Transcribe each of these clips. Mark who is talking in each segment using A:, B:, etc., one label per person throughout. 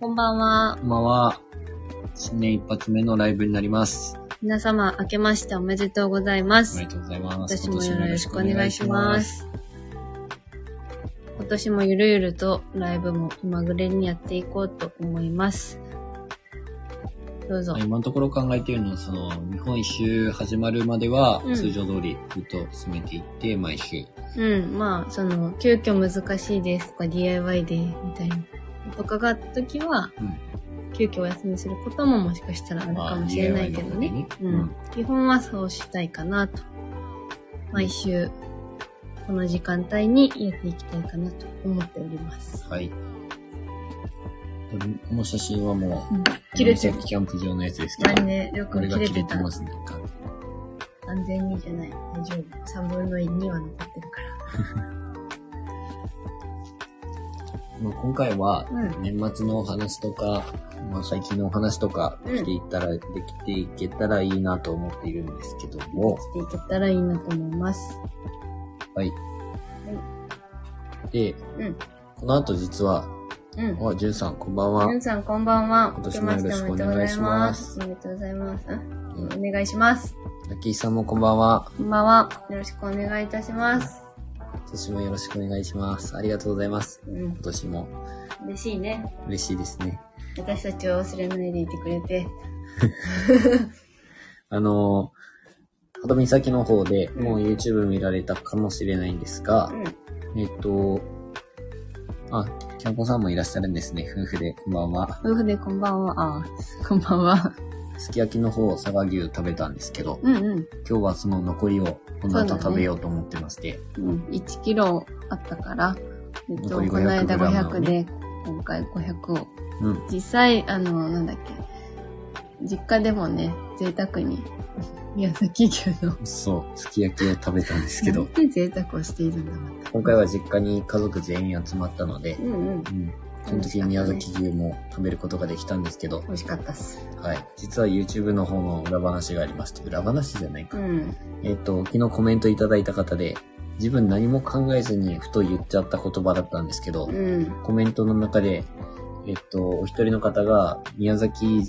A: こんばんは。
B: こんばんは。新年一発目のライブになります。
A: 皆様、明けましておめでとうございま
B: お
A: す
B: め。でとうございます。
A: 私もよろしくお願いしま。す。今年もゆるゆるとライブも今ぐれにやっていこうと思います。どうぞ。
B: 今のところ考えているのは、その、日本一周始まるまでは
A: う、ん
B: 通常通りずっと進めていって、毎週。
A: うん、まあ、その、急遽難しいですとか DIY で、みたいな。とかがあった時は、
B: うん
A: 急遽お休みすることももしかしたらあるかもしれないけどね。
B: あ DIY
A: う
B: の方に
A: ん。基本はそうしたいかなと。毎週、この時間帯にやっていきたいかなと思っております。
B: はい。この写真はも
A: うん
B: う、
A: 切れてる
B: 宮崎キャンプ場のやつですけ
A: 前
B: ど、
A: ね、よ
B: こ
A: く
B: れ
A: 切
B: が
A: れ
B: 切
A: て
B: れて
A: た。
B: ますね。
A: 完全にじゃない。大丈夫。三分の2は残ってるか
B: まあ今回は、
A: ら。うん。
B: 年末のお話とか、まあ、最近のお話とか、
A: うん
B: していったら、できていけたらいいなと思っているんですけども、
A: していけたらいいなと思います。
B: はい。で、
A: うん
B: この後実は、
A: うん。
B: あ、じゅんさん、こんばんは。
A: ゆんさん、こんばんは。
B: 今年もよろしくお願いします
A: おめでとうございます。あ
B: うん
A: お願いします。
B: ラッキーさんもこんばんは。
A: こんばんは。よろしくお願いいたします。
B: 今年もよろしくお願いします。ありがとうございます。
A: うん
B: 今。年も
A: 嬉しいね。
B: 嬉しいですね。
A: 私たちを忘れないでいてくれて。
B: あのー、波戸岬の方で
A: うん
B: もう YouTube 見られたかもしれないんですが、
A: うん。
B: えっと、あ、キャンコさんもいらっしゃるんですね。夫婦で、こんばんは。
A: 夫婦でこんばんは。あこんばんは。
B: すき焼きの方、佐賀牛食べたんですけど、
A: うんうん。
B: 今日はその残りを、この
A: そうだ
B: 後
A: ね
B: 食べようと思ってまして、
A: うん。1キロあったから、えっと、
B: 残り500
A: この間
B: グラムなの
A: 500で
B: ね、
A: 今回500を。
B: うん。
A: 実際、あの、なんだっけ。実家でもね、贅沢に、宮崎牛の。
B: そう、すき焼きを食べたんですけ
A: な
B: ど
A: ん、て 贅沢をしているんだ、また。
B: 今回は実家に家族全員集まったので
A: う、んうん。
B: うん。その時に宮崎牛も食べることができたんですけど、
A: 美味しかったっす。
B: はい。実は YouTube の方の裏話がありまして、裏話じゃないか。
A: ん。
B: えっと、昨日コメントいただいた方で、自分何も考えずにふと言っちゃった言葉だったんですけど
A: う、ん。
B: コメントの中で、えっと、お一人の方が宮崎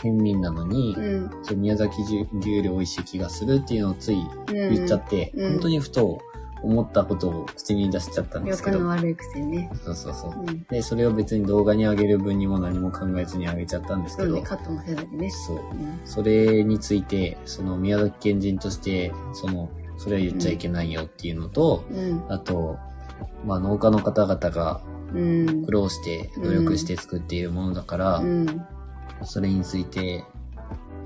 B: 県民なのに
A: う、ん。
B: そう宮崎牛牛料美味しい気がするっていうのをつい
A: うん。
B: 言っちゃって、
A: うん
B: 本当にふと思ったことを口に出しちゃったんですけ
A: 欲
B: ど
A: の、悪いくせにね。
B: そうそうそう。
A: うん。
B: で、それを別に動画に上げる分にも何も考えずに上げちゃったんですけ
A: そう
B: ど、
A: ね、カットもせずにね。
B: そう。
A: うん。
B: それについて、その宮崎県人として、その、それは言っちゃいけないよっていうのと、
A: うん。
B: あと、まあ農家の方々が
A: うん
B: 苦。労して、
A: うん
B: 努力して作っているものだから、
A: うん。
B: それについて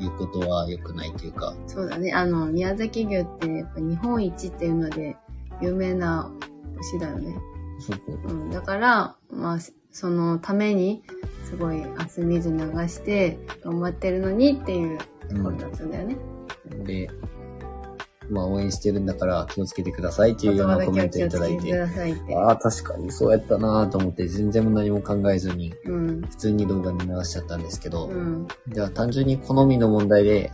B: 言うことは良くないというか、
A: そうだね。あの、宮崎牛って、やっぱ日本一っていうので、有名な牛だよね。
B: そうそう
A: うん。だから、まあ、そのために、すごい汗水流して、頑張ってるのにっていうことだったんだよね。
B: で、まあ応援してるんだから気をつけてくださいっていうようなコメントいただい
A: 言葉だけは気をつけてくだ
B: て、
A: さいって。
B: ああ、確かにそうやったなぁと思って全然何も考えずに、
A: うん。
B: 普通に動画に流しちゃったんですけど、
A: うん。
B: では単純に好みの問題で、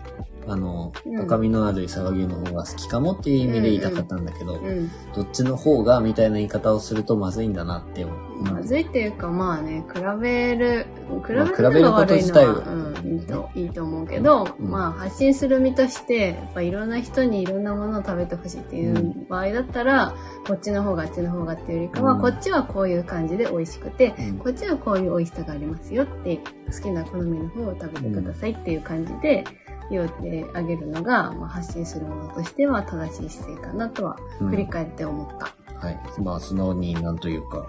B: あの、
A: うん
B: 高みのある佐賀牛の方が好きかもっていう意味で言いたかったんだけど、
A: うん。
B: どっちの方がみたいな言い方をするとまずいんだなって思う。
A: まずいっていうか、まあね、比べる、比べ
B: まあ比
A: る
B: べ
A: の
B: る
A: が
B: こと
A: 悪い
B: 自
A: のは、
B: 体は
A: うん、いいと、いいと思うけど、
B: うん
A: まあ発信する身として、やっぱいろんな人にいろんなものを食べてほしいっていう場合だったら、こっちの方があっちの方がっていうよりかは、
B: うん
A: こっちはこういう感じで美味しくて、
B: うん
A: こっちはこういう美味しさがありますよって、好きな好みの方を食べてくださいっていう感じで、言ってあげるのが、まあ、発信するものとしては正しい姿勢かなとは、
B: うん
A: 振り返って思った。
B: はい。まあ素直になんというか、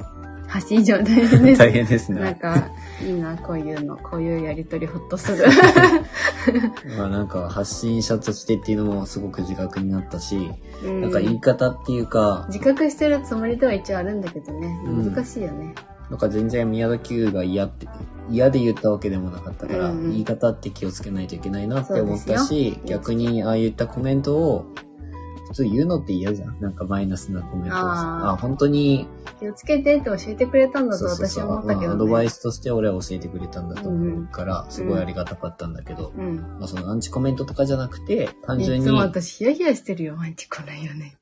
A: 発信上大変です
B: 大変です
A: なん
B: ね。
A: か、いいな、こういうの。こういうやりとりほっと する。
B: まあなんか発信者としてっていうのもすごく自覚になったし、
A: う
B: なんか言い方っていうか、
A: 自覚してるつもりでは一応あるんだけどね。
B: うん
A: 難しいよね。
B: なんか全然宮崎牛が嫌って、嫌で言ったわけでもなかったから、
A: うんうん
B: 言い方って気をつけないといけないなって思っ
A: そ
B: た
A: うです
B: し
A: よ、
B: 逆にああ言ったコメントを、普通言うのって嫌じゃん。なんかマイナスなコメントを
A: あー
B: あ、本当に、
A: 気をつけてって教えてくれたんだと
B: そうそう
A: 私
B: そ
A: は
B: う、
A: 思ったけど、
B: ま
A: ね
B: あアドバイスとして俺は教えてくれたんだと
A: うんう
B: 思
A: ん
B: うから、すごいありがたかったんだけど、
A: うん。
B: まあそのアンチコメントとかじゃなくて、単純
A: い
B: に、
A: つも私ヒヤヒヤしてるよ、毎日来ないよね。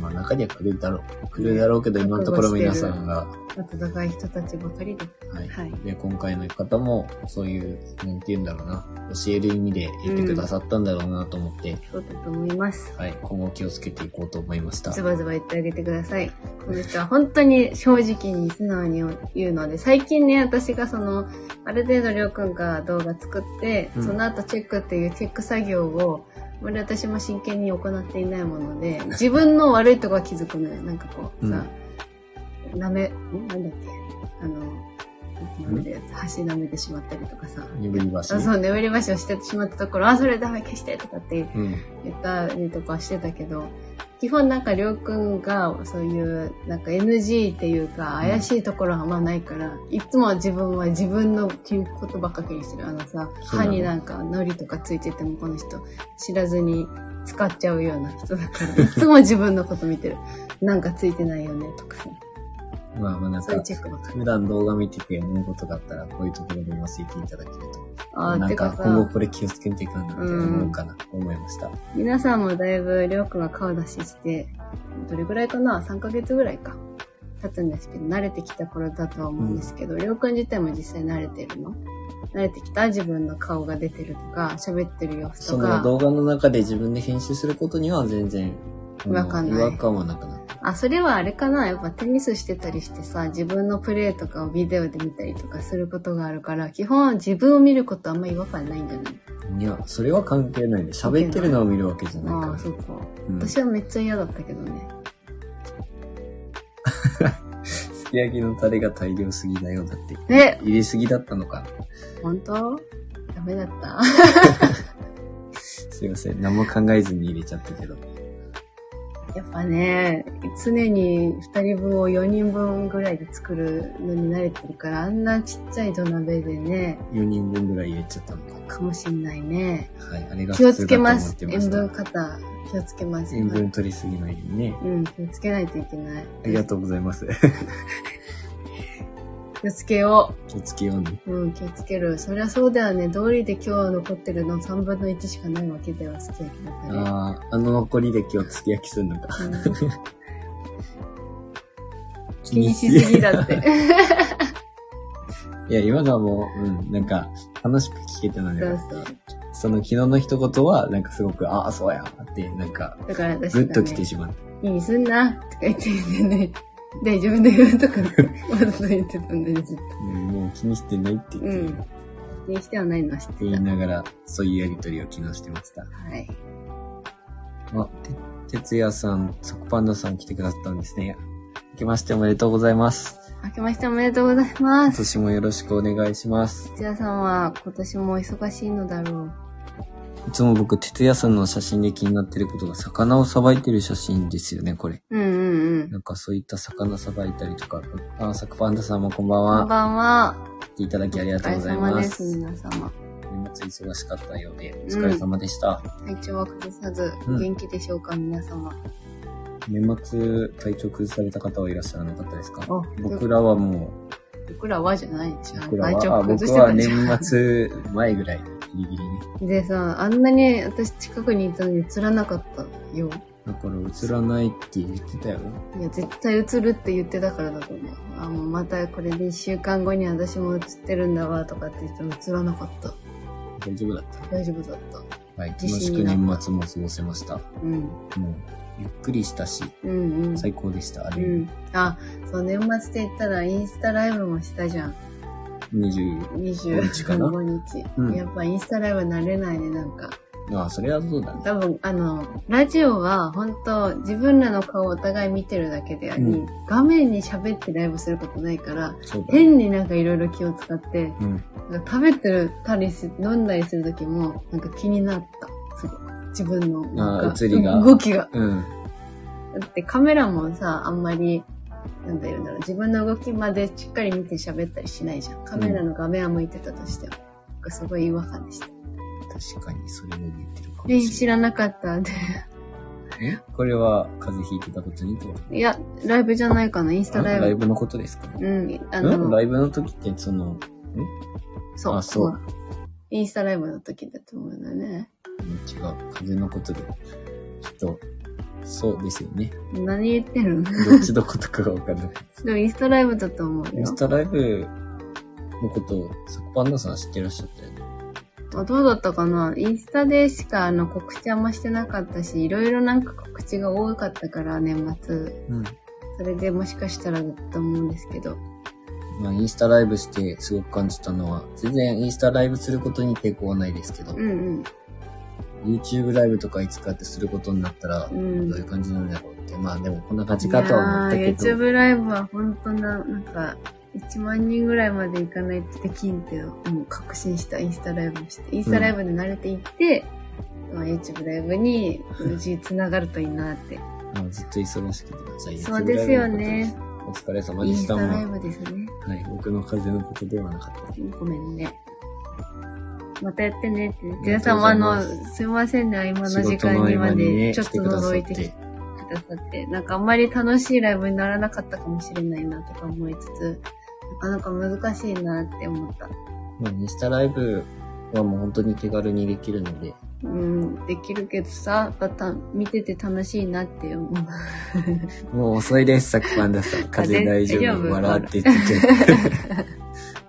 B: まあ中には来るだろう。来るだろうけど、今のところ皆さんが、
A: 温かい人たちばかりで。
B: はい。
A: はい。
B: で、今回の方も、そういう、なんて言うんだろうな、教える意味で言ってくださったんだろうなと思って、
A: そうだと思います。
B: はい、今後気をつけていこうと思いました。
A: ズバズバ言ってあげてください。この人は本当に正直に素直に言うので、最近ね、私がその、ある程度りょうくんが動画作って、
B: うん
A: その後チェックっていうチェック作業を、あまり私も真剣に行っていないもので、自分の悪いとこは気づくのよ。なんかこう、さ、なめ、んなんだっけ、あの、なんてやつ、橋舐めてしまったりとかさ、
B: 鈍り橋。
A: あそう、眠り橋をしてしまったところ、あ、それダメ消してとかって
B: うん。
A: 言ったりとかしてたけど、基本なんかりょうくんがそういうなんか NG っていうか
B: うん
A: 怪しいところはあんまないから、いつも自分は自分の言うことばっかりしてる。あのさ、
B: そうなの
A: 歯になんか糊とかついててもこの人知らずに使っちゃうような人だから、 いつも自分のこと見てる。なんかついてないよねとかさ、
B: まあまあなん
A: そういう
B: か、
A: チェックばっかり。
B: 普段動画見てて思うことがあったら、こういうところでも教えていただけると。
A: あー
B: な
A: て
B: ん
A: か
B: か、今後
A: さ、
B: これ気をつけていかなって思うかな、思いました。
A: 皆さんもだいぶりょうくんが顔出しして、どれぐらいかな ?3 ヶ月ぐらいか。経つんですけど、慣れてきた頃だとは思うんですけど、りょうくん自体も実際慣れてるの慣れてきた自分の顔が出てるとか、喋ってる様子
B: そ
A: と
B: の
A: か。
B: 動画の中で自分で編集することには全然、あの
A: 違和感ない
B: 違和感はなくなった。
A: あ、それはあれかなやっぱテニスしてたりしてさ、自分のプレーとかをビデオで見たりとかすることがあるから、基本自分を見ることあんま違和感ないんじゃない
B: いや、それは関係ないね。喋ってるのを見るわけじゃないか
A: ああ、
B: ら。
A: そうか。
B: うん
A: 私はめっちゃ嫌だったけどね。
B: すき焼きのタレが大量すぎだよ、だって。
A: え
B: 入れすぎだったのか。
A: 本当ダメだった
B: すいません。何も考えずに入れちゃったけど。
A: やっぱね、常に2人分を4人分ぐらいで作るのに慣れてるから、あんなちっちゃい土鍋でね、
B: 4人分ぐらい入れちゃったのか。
A: かもしんないね。
B: はい。あれが
A: 気
B: 普
A: をつ
B: 通だと
A: け
B: 思
A: ま
B: っ
A: す。
B: てま
A: 塩
B: した。
A: 分方、気をつけます。
B: 塩分取りすぎないようにね。
A: うん、気をつけないといけない。
B: ありがとうございます。
A: 気をつけよ
B: 気をつけようね。
A: う。うん、気をつける。そりゃそうだよね。道理で今日残ってるの3分の1しかないわけではすき焼きだから。
B: ああ、あの残りで今日すき焼きするのか。
A: うん 気にしすぎだって。
B: いや、今のはもう、うん、なんか、楽しく聞けたので
A: そ、うそう。
B: その昨日の一言は、なんかすごく、ああ、そうや、って、なんか、
A: だから私
B: グ
A: がね
B: ッと来てしまった。
A: いいすんな、とか言って言ってね、 大丈夫だよ、とか、わざと言ってたんだよね、ずっと。
B: うんもう気にしてないって言って、
A: うん気にしてはないのは知っ
B: 言
A: て
B: い
A: た。
B: ながら、そういうやりとりを昨日してました。
A: はい。
B: あ、て、つやさん、そこパンダさん来てくださったんですね。明けましておめでとうございます。
A: 明けましておめでとうございま
B: 今
A: す。
B: 年もよろしくお願いします。
A: 土屋さんは今年もお忙しいのだろう。
B: いつも僕、てつやさんの写真で気になってることが、魚をさばいてる写真ですよね、これ。
A: うんうんうん。
B: なんかそういった魚さばいたりとか、あ、サクパンダさんもこんばん
A: こん
B: は。
A: ばんは。
B: 来ていただきありが
A: お
B: とう
A: 疲
B: ご
A: れ
B: ざい
A: 様
B: ま
A: です、
B: す。
A: 皆様。
B: 年末忙しかったようで、お疲れ様でした。
A: 体調は崩さず、
B: うん
A: 元気でしょうか、皆様。
B: 年末、体調崩された方はいらっしゃらなかったですか
A: あ
B: 僕らはも
A: 僕らはじゃないでし
B: う、
A: ょ。
B: 僕らは、あ
A: 体調
B: 僕
A: 崩して
B: は
A: たじゃん。
B: 年末前ぐらい、ギリギリね。
A: でさ、あんなに私近くにいたのに映らなかったよ。
B: だから映らないって言ってたよ。
A: いや、絶対映るって言ってたからだと思う。あ、もうまたこれで一週間後に私も映ってるんだわとかって言っても映らなかった。
B: 大丈夫だった。
A: 大丈夫だった。
B: はい、楽
A: 自
B: し
A: 信
B: く
A: になった
B: 年末も過ごせました。も
A: うん。
B: う、ゆっくりしたし、
A: うんうん。
B: 最高でした。あ
A: う
B: れ、
A: ん。あ、そう、年末って言ったらインスタライブもしたじゃん。
B: 20、
A: 25
B: 日かな
A: 日。
B: うん
A: やっぱインスタライブは慣れないね、なんか。
B: ああ、それはそうだね。
A: 多分、あの、ラジオは本当自分らの顔をお互い見てるだけであり、
B: うん
A: 画面に喋ってライブすることないから、
B: そうだね。
A: 変になんかいろいろ気を使って、
B: うん。
A: なんか食べてるたりし、飲んだりする時も、なんか気になった。すごく。自分のなんか
B: あー映りが
A: う動きが。
B: うん。
A: だってカメラもさ、あんまり、なんだ言うんだろう。自分の動きまでしっかり見て喋ったりしないじゃん。カメラの画面は向いてたとしても。なんかすごい違和感でした。
B: 確かに、それも言ってるかも
A: え、
B: し
A: 知
B: れ
A: らなかった。 で
B: ない。えこれは、風邪ひいてたことにってこと
A: いや、ライブじゃないかな。インスタ
B: あ
A: ライブ。
B: ライブのことですか
A: うん。あ
B: うんラ
A: の、
B: イブの時って、その、
A: そう。
B: あそう
A: インスタライブの時だと思うんだよね。
B: 違う、風邪のことで、きっと、そうですよ ね。
A: 何言ってるの
B: どっちどことかがわからない。
A: でもインスタライブだと思う
B: イン
A: よ
B: ス。タライブのことを、サコパンダさん知ってらっしゃったよね。
A: あどうだったかなインスタでしかあの告知あんましてなかったし、いろいろなんか告知が多かったから、年末。
B: うん。
A: それでもしかしたらだと思うんですけど。
B: まあ、インスタライブしてすごく感じたのは、全然インスタライブすることに抵抗はないですけど、
A: うん
B: YouTube ライブとかいつかってすることになったら、
A: う
B: ど
A: ん。うん
B: ういう。感じなんだろうって、まあでもこんな感じかとは思った
A: い
B: け
A: やー
B: ど、
A: YouTube ライブは本当な、なんか、1万人ぐらいまでいかないとできんって、もう確信したインスタライブをして、インスタライブで慣れていって、まあ YouTube ライブに無事繋がるといいなって。
B: まあずっと忙しくてください。
A: そうですよね
B: YouTube ライブのことです。お疲れ様
A: イ
B: で
A: ン
B: し
A: ス
B: た。
A: タライ
B: ま
A: ブですね。
B: あはい、僕の風邪のことではなかった。
A: ごめんね。またやってねって。皆さんもあ
B: あ
A: の
B: りがとうござい、
A: すいませんね、今の時
B: 仕事
A: 間
B: の
A: に
B: 合
A: ま
B: 間に
A: で
B: ね、
A: ちょっ
B: 来
A: と
B: てくださ
A: 覗
B: っ
A: いてきて
B: て。
A: くださって、なんかあんまり楽しいライブにならなかったかもしれないなとか思いつつ、なかなか難しいなって思った。
B: まあ、インスタライブはもう本当に手軽にできるので、
A: うん、できるけどさ、また見てて楽しいなって思う。
B: もう遅いです、サクパンダさん。 風邪大丈
A: 大丈
B: 夫。
A: 夫
B: 笑って言って て。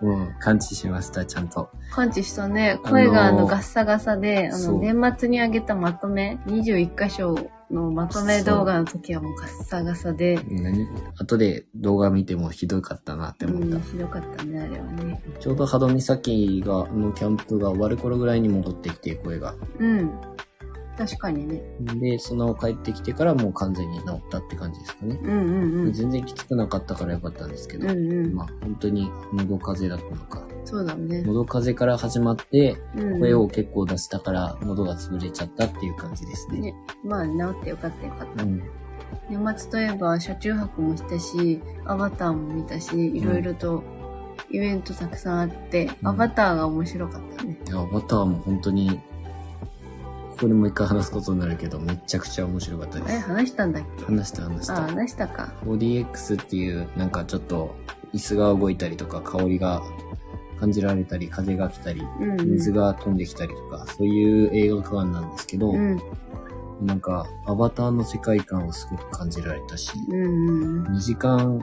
B: もう感知しました、ちゃんと。
A: 感知したね、声があ
B: あの
A: の
B: ー
A: ガッサガサで、あ
B: そ
A: の、
B: う
A: 年末に上げたまとめ、21箇所のまとめ動画の時はもうガッサガサで、
B: 何後で動画見てもひどかったなって思った。
A: うん、ひどかったね、あれはね。
B: ちょうど波動岬が、のキャンプが終わる頃ぐらいに戻ってきて、声が。
A: うん。確かにね。
B: で、その帰ってきてからもう完全に治ったって感じですかね。
A: うんうんうん。
B: 全然きつくなかったからよかったんですけど、
A: うんうん。
B: まあ本当に喉風邪だったのか。
A: そうだね。
B: 喉風邪から始まって、
A: うん。
B: 声を結構出したから喉が潰れちゃったっていう感じですね。
A: ね。まあ、治ってよかったよかった。
B: うん。
A: 年末といえば、車中泊もしたし、アバターも見たし、いろいろとイベントたくさんあって、
B: うん
A: アバターが面白かったね。
B: いや、バターも本当に、ここでもう一回話すことになるけど、めちゃくちゃ面白かったで
A: あれ、
B: す。
A: 話したんだっけ
B: 話した話し
A: あ、
B: た。
A: 話したか。
B: 4DX っていう、なんかちょっと、椅子が動いたりとか、香りが感じられたり、風が来たり、
A: うん、うん。
B: 水が飛んできたりとか、そういう映画館なんですけど、
A: うん。
B: なんか、アバターの世界観をすごく感じられたし、
A: うんうん。
B: 2時間、ん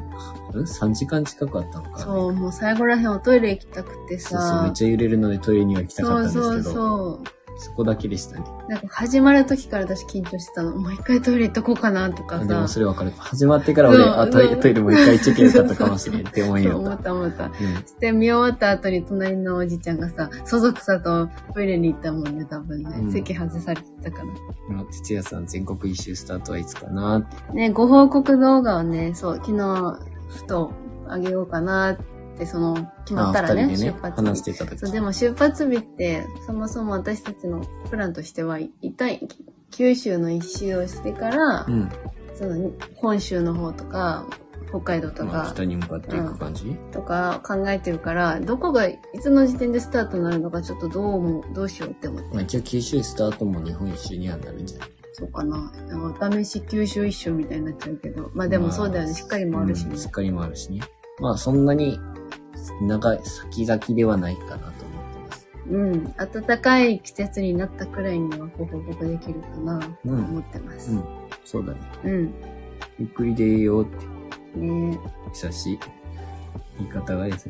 B: ?3 時間近くあったのかな
A: そう、もう最後らへんおトイレ行きたくて
B: そうそう、めっ
A: さ。
B: ちゃ揺れるのでトイレには行きたかったんですけど、
A: そうそうそう。
B: そこだけでしたね。
A: なんか始まる時から私緊張してたの。もう一回トイレ行っとこうかなとか
B: あ
A: さ。
B: でもそれ分かる。始まってから俺、
A: うん
B: あ、トイレ、
A: うん
B: トイレもう一回行っちゃいけなかったかもしれんって思い
A: そう
B: よっ。
A: 思ったた思った。
B: うん。
A: で、見終わった後に隣のおじちゃんがさ、そぞくさとトイレに行ったもんね、多分ね。
B: うん
A: 席外されてたから。
B: あの哲也さん、全国一周スタートはいつかなって。
A: ね、ご報告動画をね、そう、昨日、ふとあげようかなって、その、決まったらね、
B: あ二人でね、
A: 出発
B: 話し
A: 日。
B: てた時。
A: そう、でも出発日って、そもそも私たちのプランとしては、一旦、九州の一周をしてから、
B: うん。
A: その、本州の方とか、北海道と
B: まあ、
A: か、
B: 北に向かっていく感じ、
A: とか考えてるから、どこが、いつの時点でスタートになるのか、ちょっとどうも、どうしようって思って。
B: まあ、一応九州スタートも日本一周にはなるんじゃない
A: そうかな。なんかお試し吸収一緒みたいになっちゃうけど。まあでもそうだよね。しっかりもあるし
B: う
A: ね
B: ん。しっかりもあるしね。まあ、そんなに、長い、先々ではないかなと思ってます。
A: うん。暖かい季節になったくらいにはご報告できるかなと
B: うん
A: 思ってます。
B: うんそうだね。
A: うん。
B: ゆっくりでいいよって。
A: ね
B: 優しい。言い方が優しい。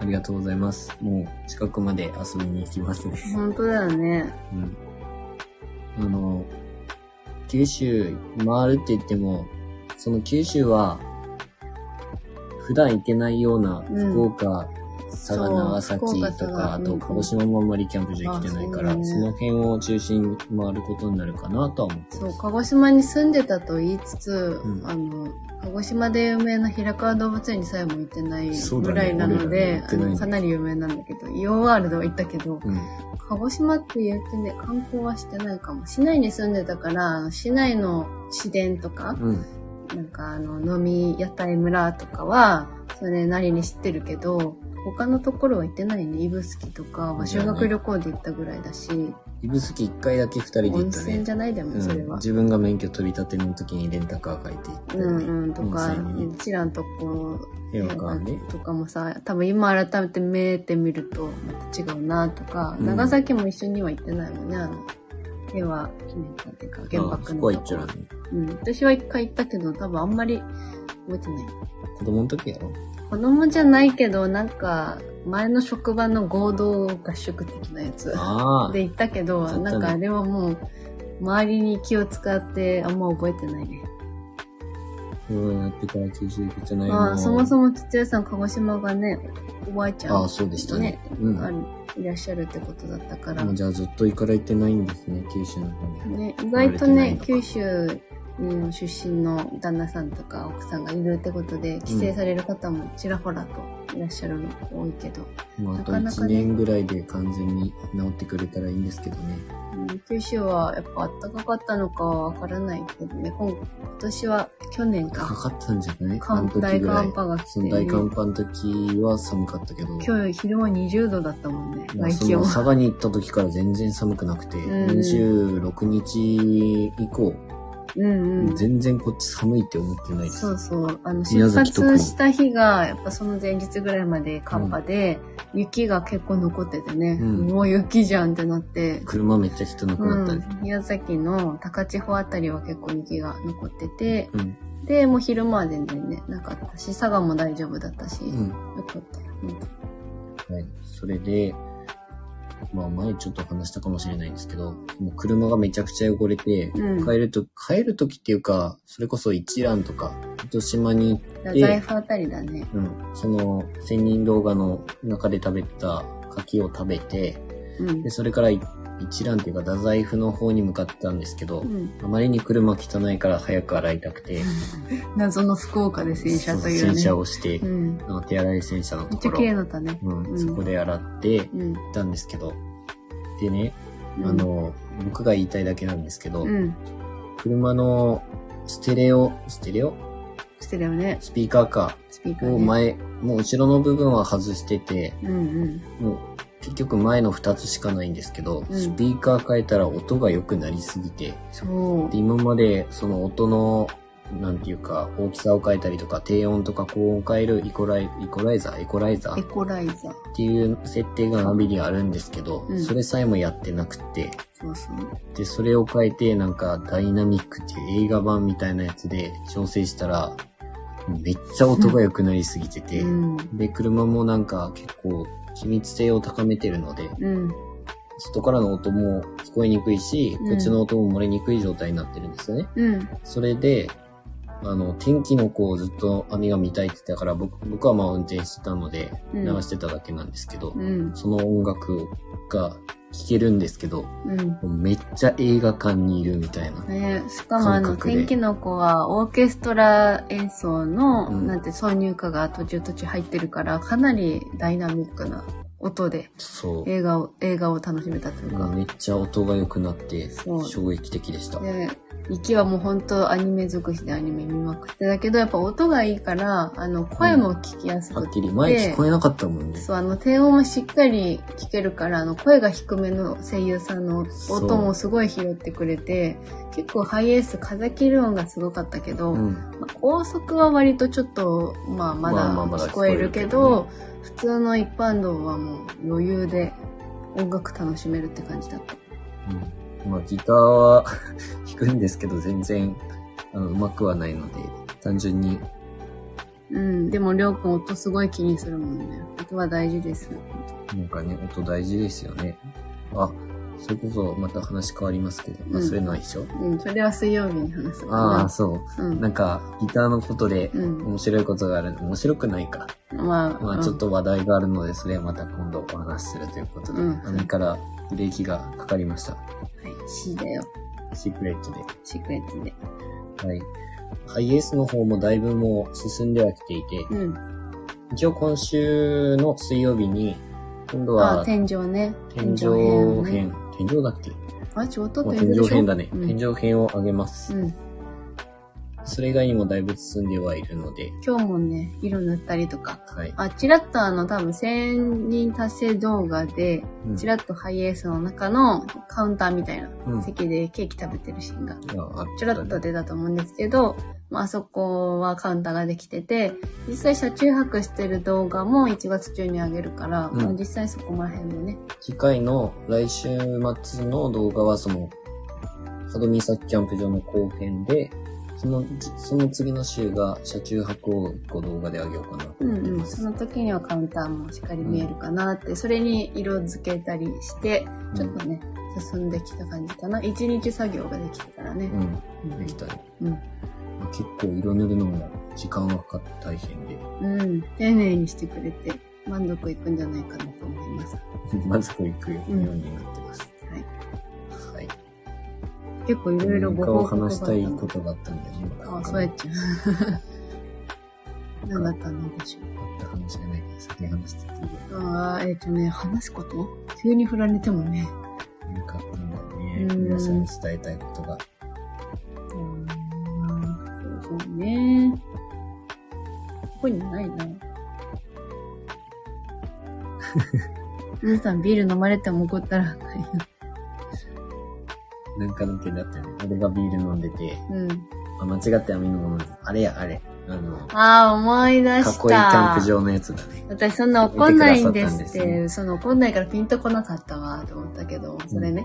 B: ありがとうございます。もう近くまで遊びに行きますね。
A: え。本当だよね。
B: うん。あの、九州回るって言っても、その九州は、普段行けないような
A: うん
B: 福岡、佐賀、
A: そう
B: 長
A: 福岡
B: 崎と
A: 佐賀
B: か、あ
A: う
B: と
A: ん
B: 鹿児島もあんまりキャンプ場行けてないから、
A: あそうだね
B: その辺を中心に回ることになるかなとは思って
A: そ
B: ま
A: う、
B: す。
A: 鹿児島に住んでたと言いつつ、
B: うん
A: あの、鹿児島で有名な平川動物園にさえも行ってない
B: そうだね
A: ぐらいなの
B: 俺ら
A: で、
B: 行っ
A: あ
B: てない
A: のかなり有名なんだけど、イオンワールドは行ったけど、
B: うん。
A: 鹿児島って言ってね、観光はしてないかも。市内に住んでたから、あの市内の市電とか、
B: うん。
A: なんかあの、飲み屋台村とかは、それなりに知ってるけど、他のところは行ってないね。指宿とか、まあ修学旅行で行ったぐらいだし、
B: 指宿一回だけ二人で行
A: 温
B: ったね
A: 泉。じゃないでも、それ
B: うん
A: は。
B: 自分が免許取り立ての時にレンタカー借りて行って、
A: うんうん、とか、
B: 温泉に
A: うちらのとこ
B: 映画館で。
A: とかもさ、多分今改めて見てみると、また違うなとか、
B: うん
A: 長崎も一緒には行ってないもんね、あの、平和記念館っていうか、原
B: あ
A: 爆
B: そ
A: の
B: こは
A: と
B: 一
A: こ
B: 応だね。
A: うん。私は一回行ったけど、多分あんまり覚えてない。
B: 子供の時やろ
A: 子供じゃないけど、なんか、前の職場の合同合宿的なやつ
B: ああ。
A: で行ったけど、
B: だったね
A: なんかあれはもう、周りに気を使ってあんま覚えてないね。
B: そうなってから九州行けてない
A: まあ、そもそ
B: も。
A: も土屋さん、鹿児島がね、おばあちゃん、
B: ああ、そうでしたね。うん。
A: あるいらっしゃるってことだったから、
B: もうじゃあずっと行かれてないんですね、九州の方に。
A: ね、意外とね、
B: 生まれてないの
A: 九
B: か
A: 州の出身の旦那さんとか奥さんがいるってことで、帰省される方もちらほらといらっしゃるの多いけど、
B: もうあと
A: なかなか
B: 1
A: ね
B: 年ぐらいで完全に治ってくれたらいいんですけどね。
A: うん九州はやっぱ暖かかったのかはわからないけどね、今今年は去年
B: か
A: か、
B: かったんじゃない あ
A: 寒
B: の時
A: 大
B: ぐらい
A: 寒。波が来
B: そ
A: て、
B: の
A: ね、
B: 大寒波の時は寒かったけど、
A: 今日昼間20度だったもんね、
B: もう
A: 外
B: そ
A: 気
B: の
A: 温。
B: 佐賀に行った時から全然寒くなくて、
A: うん
B: 26日以降、
A: うんうん。
B: 全然こっち寒いって思ってないです。
A: そうそう。あの、出
B: 宮崎特
A: 発
B: に
A: した日が、やっぱその前日ぐらいまで寒波で、雪が結構残っててね、
B: うん
A: もう雪じゃんってなって、
B: 車めっちゃ人なくなったね。
A: うん宮崎の高千穂あたりは結構雪が残ってて、
B: うん。
A: で、もう昼間は全然ね、なかったし、佐賀も大丈夫だったし、
B: うん。
A: よかったよ。
B: はい。それで、まあ前ちょっと話したかもしれないんですけど、もう車がめちゃくちゃ汚れて、
A: うん
B: 帰ると、帰る時っていうか、それこそ一蘭とか、糸島
A: だ
B: に、
A: から
B: で
A: 財布あたりだね。
B: うん、その、千人動画の中で食べた柿を食べて、
A: うん
B: で、。それからい一蘭っていうか、太宰府の方に向かったんですけど、
A: うん、
B: あまりに車汚いから早く洗いたくて、
A: 謎の福岡で洗車という
B: そ
A: ね。
B: 洗車をして、
A: うん。
B: あの手洗い洗車の
A: め
B: と
A: っち
B: こ
A: ゃ綺麗
B: ろ、
A: だったね。
B: うん
A: うん
B: そこで洗って、行
A: うん。
B: ったんですけど、でね、
A: うん
B: あ、の、僕が言いたいだけなんですけど、
A: うん。
B: 車のステレオ、ステレオ
A: してたよね。
B: スピーカーか
A: スピーカー、ね。
B: を前、もう後ろの部分は外してて、
A: うんうん。
B: もう結局前の2つしかないんですけど、
A: うん
B: スピーカー変えたら音が良くなりすぎて、
A: そう
B: で。今までその音の、なんていうか、大きさを変えたりとか、低音とか高音を変えるイコライ、イコライザー、イコライザ
A: エ
B: ーっ
A: コライザー。
B: ていう設定がナビにあるんですけど、
A: うん
B: それさえもやってなくて、
A: そうそう。
B: で、それを変えて、なんか、ダイナミックっていう映画版みたいなやつで調整したら、めっちゃ音が良くなりすぎてて、
A: うん。
B: で、車もなんか結構、機密性を高めてるので、
A: うん。
B: 外からの音も聞こえにくいし、
A: うん
B: こっちの音も漏れにくい状態になってるんですよね。
A: うん。
B: それで、あの、天気の子をずっと姉が見たいって言ってたから、僕僕はまあ運転してたので、
A: う
B: 流
A: ん
B: してただけなんですけど、
A: うん。
B: その音楽が聴けるんですけど、
A: うん。
B: めっちゃ映画館にいるみたいな。
A: ね、しかもあの、
B: 感覚で
A: 天気の子はオーケストラ演奏の、
B: うん
A: なんて挿入歌が途中途中入ってるから、かなりダイナミックな音で
B: そう。
A: 映画を、映画を楽しめたというか。
B: めっちゃ音が良くなって
A: そう、
B: 衝撃的でした。
A: で、行きはもう本当アニメ尽くしでアニメ見まくって、だけどやっぱ音がいいから、あの、声も聞きやす
B: は
A: く、
B: ってきり、前聞こえなかったもんね。
A: そう、あの、低音もしっかり聞けるから、あの、声が低めの声優さんの
B: そう
A: 音もすごい拾ってくれて、結構ハイエース、風切る音がすごかったけど、
B: うん。
A: まあ高速は割とちょっと、まあ、ま
B: ま
A: だ
B: あまあまだ
A: 聞こえるけど、普通の一般道はもう余裕で音楽楽しめるって感じだった。
B: うんまあ、ギターは 弾くんですけど、全然、あの、うまくはないので、単純に、
A: うん、でもりょうくん音すごい気にするもんね。音は大事です。
B: なんかね、音大事ですよね。あ、それこそ、また話変わりますけど、まあ、
A: うん
B: それないでしょ、
A: うん、それは水曜日に話す
B: ああ、
A: か
B: そう。
A: ら。う。
B: なんんか、ギターのことで、
A: うん。
B: 面白いことがある。面白くないか。
A: まあ、
B: まあちょっと話題があるので、それはまた今度お話しするということで、
A: うん
B: 雨からブレーキがかかりました。
A: うん。はい、C だよ。
B: シークレットで。
A: シークレットで。
B: はい。ハイエースの方もだいぶもう進んではきていて、
A: うん。
B: 一応今週の水曜日に、今度
A: あ
B: は
A: 天井ね。
B: 天井
A: をね。
B: 編、天井だっけ
A: あ、ちょうど
B: まあ
A: 天
B: 天
A: 井
B: 井編だね。
A: うん
B: 天井編を上げます。
A: うん。
B: それ以外にもだいぶ進んではいるので、
A: 今日もね、色塗ったりとか。
B: はい。
A: あ、ちらっとあの、多分、1000人達成動画で、
B: うん
A: ちらっとハイエースの中のカウンターみたいな
B: うん
A: 席でケーキ食べてるシーンが、
B: ああ
A: ちらっと出たと思うんですけど、まああそこはカウンターができてて、実際車中泊してる動画も1月中に上げるから、
B: うん
A: まあ実際そこら辺もね、
B: 次回の来週末の動画はその佐渡岬キャンプ場の後編で、その、その次の週が車中泊を1個動画であげようかなと
A: う
B: 思って
A: んう
B: ま
A: ん、
B: す。
A: その時にはカウンターもしっかり見えるかなって、それに色付けたりして、ちょっとね、進んできた感じかな。一日作業ができたからね
B: う。ん、
A: う
B: で
A: ん
B: きたり。
A: うん
B: まあ結構色塗るのも時間がかかって大変で、
A: うん、丁寧にしてくれて満足いくんじゃないかなと思います。
B: まずこう行くようになってます。
A: はい、
B: はい。
A: 結構いろいろご
B: 他を
A: 報告があ
B: 話
A: っ
B: したた
A: の
B: いことがあったんだよね。
A: あ、そうやっちゃう。何 だったのでしょ
B: あったかもしれないけど、先に話してていいよ
A: う。ああ、えっ、とね、話すこと急に振られてもね。
B: よかったんだよね。
A: うん
B: 皆さんに伝えたいことが。
A: うん、そうね。ここにないな。皆さんビール飲まれても怒ったらないよ。
B: なんかの件だったよね。俺がビール飲んでて、
A: うん。
B: あ、間違って飲み物飲んでたあれや、あれ。あの、か
A: ああ、思い出した。
B: っこいいキャンプ場のやつだね。
A: 私そんな怒んないんです
B: 見てくださったんで
A: っ
B: す
A: て、
B: ね
A: その怒んないからピンとこなかったわと思ったけど、それね。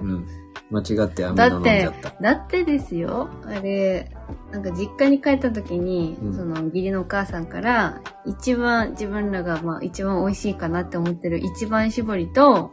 B: うん。間違って飲み物飲んじゃった。
A: だってですよ、あれ、なんか実家に帰った時に、
B: うん
A: その義理のお母さんから、一番自分らがまあ一番美味しいかなって思ってる一番搾りと、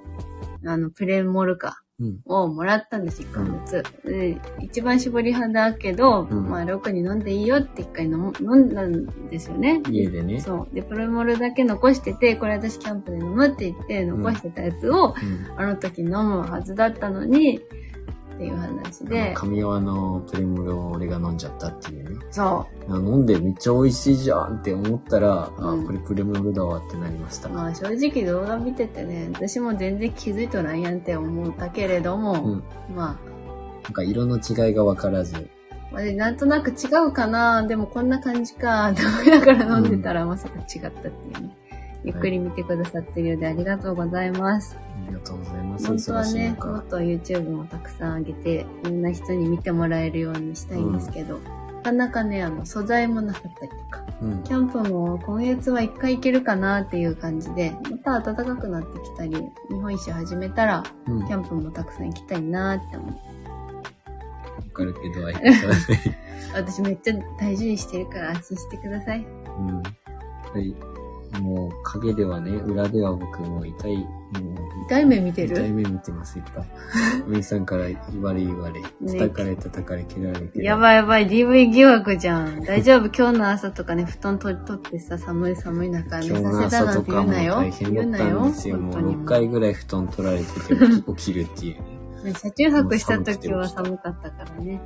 A: あの、プレモルカ
B: うん。
A: をもらったんです、1ヶ月。で一番搾り派だけど、
B: うん
A: まあ、ロクに飲んでいいよって一回飲む飲んだんですよね。
B: 家でね。
A: そう。で、プロモルだけ残してて、これ私キャンプで飲むって言って、残してたやつを、
B: うん。
A: あの時飲むはずだったのに、っていう話
B: あの
A: で、
B: 神山のプレモルを俺が飲んじゃったっていうね。
A: そ
B: あ飲んでめっちゃ美味しいじゃんって思ったら、
A: うん
B: あ、これプレモルだわってなりました。
A: う。まあ正直動画見ててね、私も全然気づいとらんやんって思ったけれど
B: う
A: も、
B: ん。
A: ま
B: なんか色の違いがわからず、
A: あ、まあでなんとなく違うかな、でもこんな感じか、 と思いながら飲んでたら、まさか違ったっていうね。ゆっくり見てくださってるようでありがとうございます。
B: ありがとうございます。
A: 本当は
B: 忙しい
A: ね、
B: 中
A: もっと YouTube もたくさん上げて、いろんな人に見てもらえるようにしたいんですけど、なかなかね、あの、素材もなかったりとか、
B: うん
A: キ。ャンプも今月は一回行けるかなっていう感じで、また暖かくなってきたり、日本一周始めたら、
B: うん。
A: キャンプもたくさん行きたいなって思う。
B: わかるけど、相手はね。
A: 私めっちゃ大事にしてるから安心してください。
B: うん。はい。もう、影ではね、裏では僕も痛い、もう、
A: 痛い目見て
B: 痛い
A: る
B: 目見てます、いっぱい。お兄さんから言われ言われ、叩かれ叩かれ、蹴られて。
A: や
B: い。
A: ばいやばい、DV 疑惑じゃん。大丈夫、今日の朝とかね、布団取り取ってさ、寒い寒い中寝
B: 今日
A: さ
B: の
A: せた
B: 朝
A: なん
B: と
A: て言
B: か
A: う
B: も
A: なよ
B: 大。変だ
A: 言う
B: っ
A: な
B: た
A: よ。
B: んですよ。も
A: 本当に
B: う6回ぐらい布団取られてて起き起きるっていう ね。
A: ね車中泊した時は寒かったからね、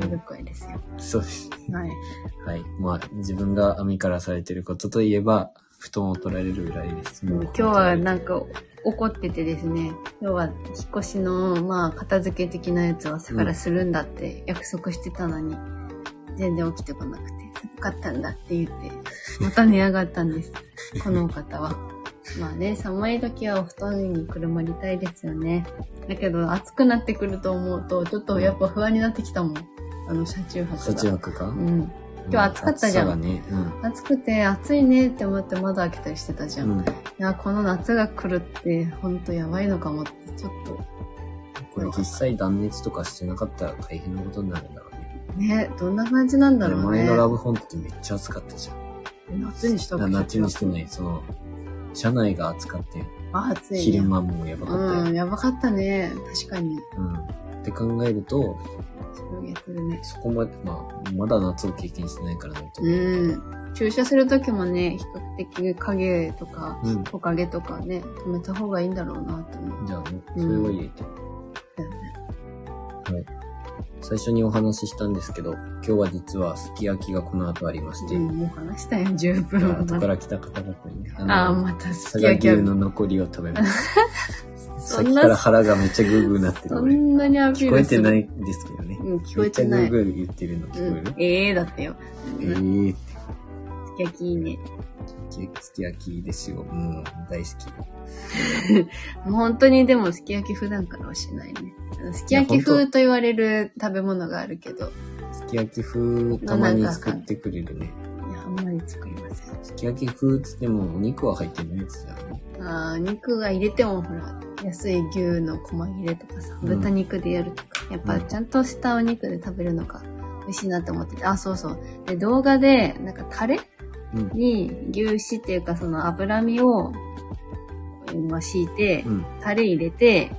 A: ぬくぬくいですよ。
B: そうです。
A: はい。
B: はい。まあ、自分が網からされてることといえば、布団を取られる裏です。
A: もう今日はなんか怒っててですね、今日は引っ越しの、まあ、片付け的なやつを朝からするんだって約束してたのに、全然起きてこなくて、寒かったんだって言って、また寝上がったんです。 このお方は。まあね、寒い時はお布団にくるまりたいですよね。だけど暑くなってくると思うと、ちょっとやっぱ不安になってきたもん。あの、車中泊が。
B: 車中泊か、
A: うん。今日暑かったじゃん
B: 暑さがね、
A: 暑くて暑いねって思って窓開けたりしてたじ
B: う
A: ゃん。
B: ん。
A: い
B: うん。
A: や、この夏が来るってほんとやばいのかもって、ちょっと
B: これ実際断熱とかしてなかったら大変なことになるんだろうね。
A: ね、どんな感じなんだろうね。
B: 前のラブホントってめっちゃ暑かったじゃん。
A: 夏にした
B: あ夏にしてない、その、車内が暑かって、
A: あ、暑い、
B: 昼
A: ね。
B: 間もやばかった
A: う
B: よ。
A: ん、やばかったね。確かに。
B: うん。って考えると、
A: そうやってるね。
B: そこまで、まあ、まだ夏を経験してないからなんとも言えないけ
A: うん。駐車するときもね、比較的影とか、
B: ど。うん。
A: 木陰とかね、止めた方がいいんだろうなって思う。
B: じゃあね、それを入れて。
A: だよね
B: 最初にお話ししたんですけど、今日は実はすき焼きがこの後ありまして、
A: うん、もう話したよ、十
B: だから
A: 分。
B: 後から来た方々にね、
A: ああ、
B: の、
A: またす
B: 佐
A: き
B: 賀
A: 焼き
B: 牛
A: ある
B: の残りを食べます。さ
A: そ
B: っき
A: ん
B: か
A: な
B: ら腹がめっちゃグーグーなってる
A: そ
B: 俺。
A: んなにアピ
B: 聞
A: ー
B: こえ
A: ルす
B: て
A: る。
B: ないんですけどね。
A: うん、聞こえて
B: め
A: な
B: っ
A: い
B: ち。ゃグーグー言ってるの聞こえる、
A: ええだったよ。
B: え
A: うん
B: ーって
A: すき焼きいいね。
B: すき焼きですよ。もう大好き。
A: もう本当にでもすき焼き普段からはしないね。あのすき焼
B: い
A: き
B: や本当
A: 風と言われる食べ物があるけど、い
B: すき焼き風たまに作ってくれるね。
A: や、あんまり作りません。
B: すき焼き風っつってもお肉は入ってないやつだよね。
A: あー肉が入れてもほら、安い牛の細切れとかさ、
B: うん
A: 豚肉でやるとか、やっぱ
B: うん
A: ちゃんとしたお肉で食べるのが美味しいなと思ってて、あ、そうそう。で、動画で、なんかタレ
B: うん
A: に牛脂っていうかその脂身を、まあ、敷いて、
B: うん。
A: タレ入れて、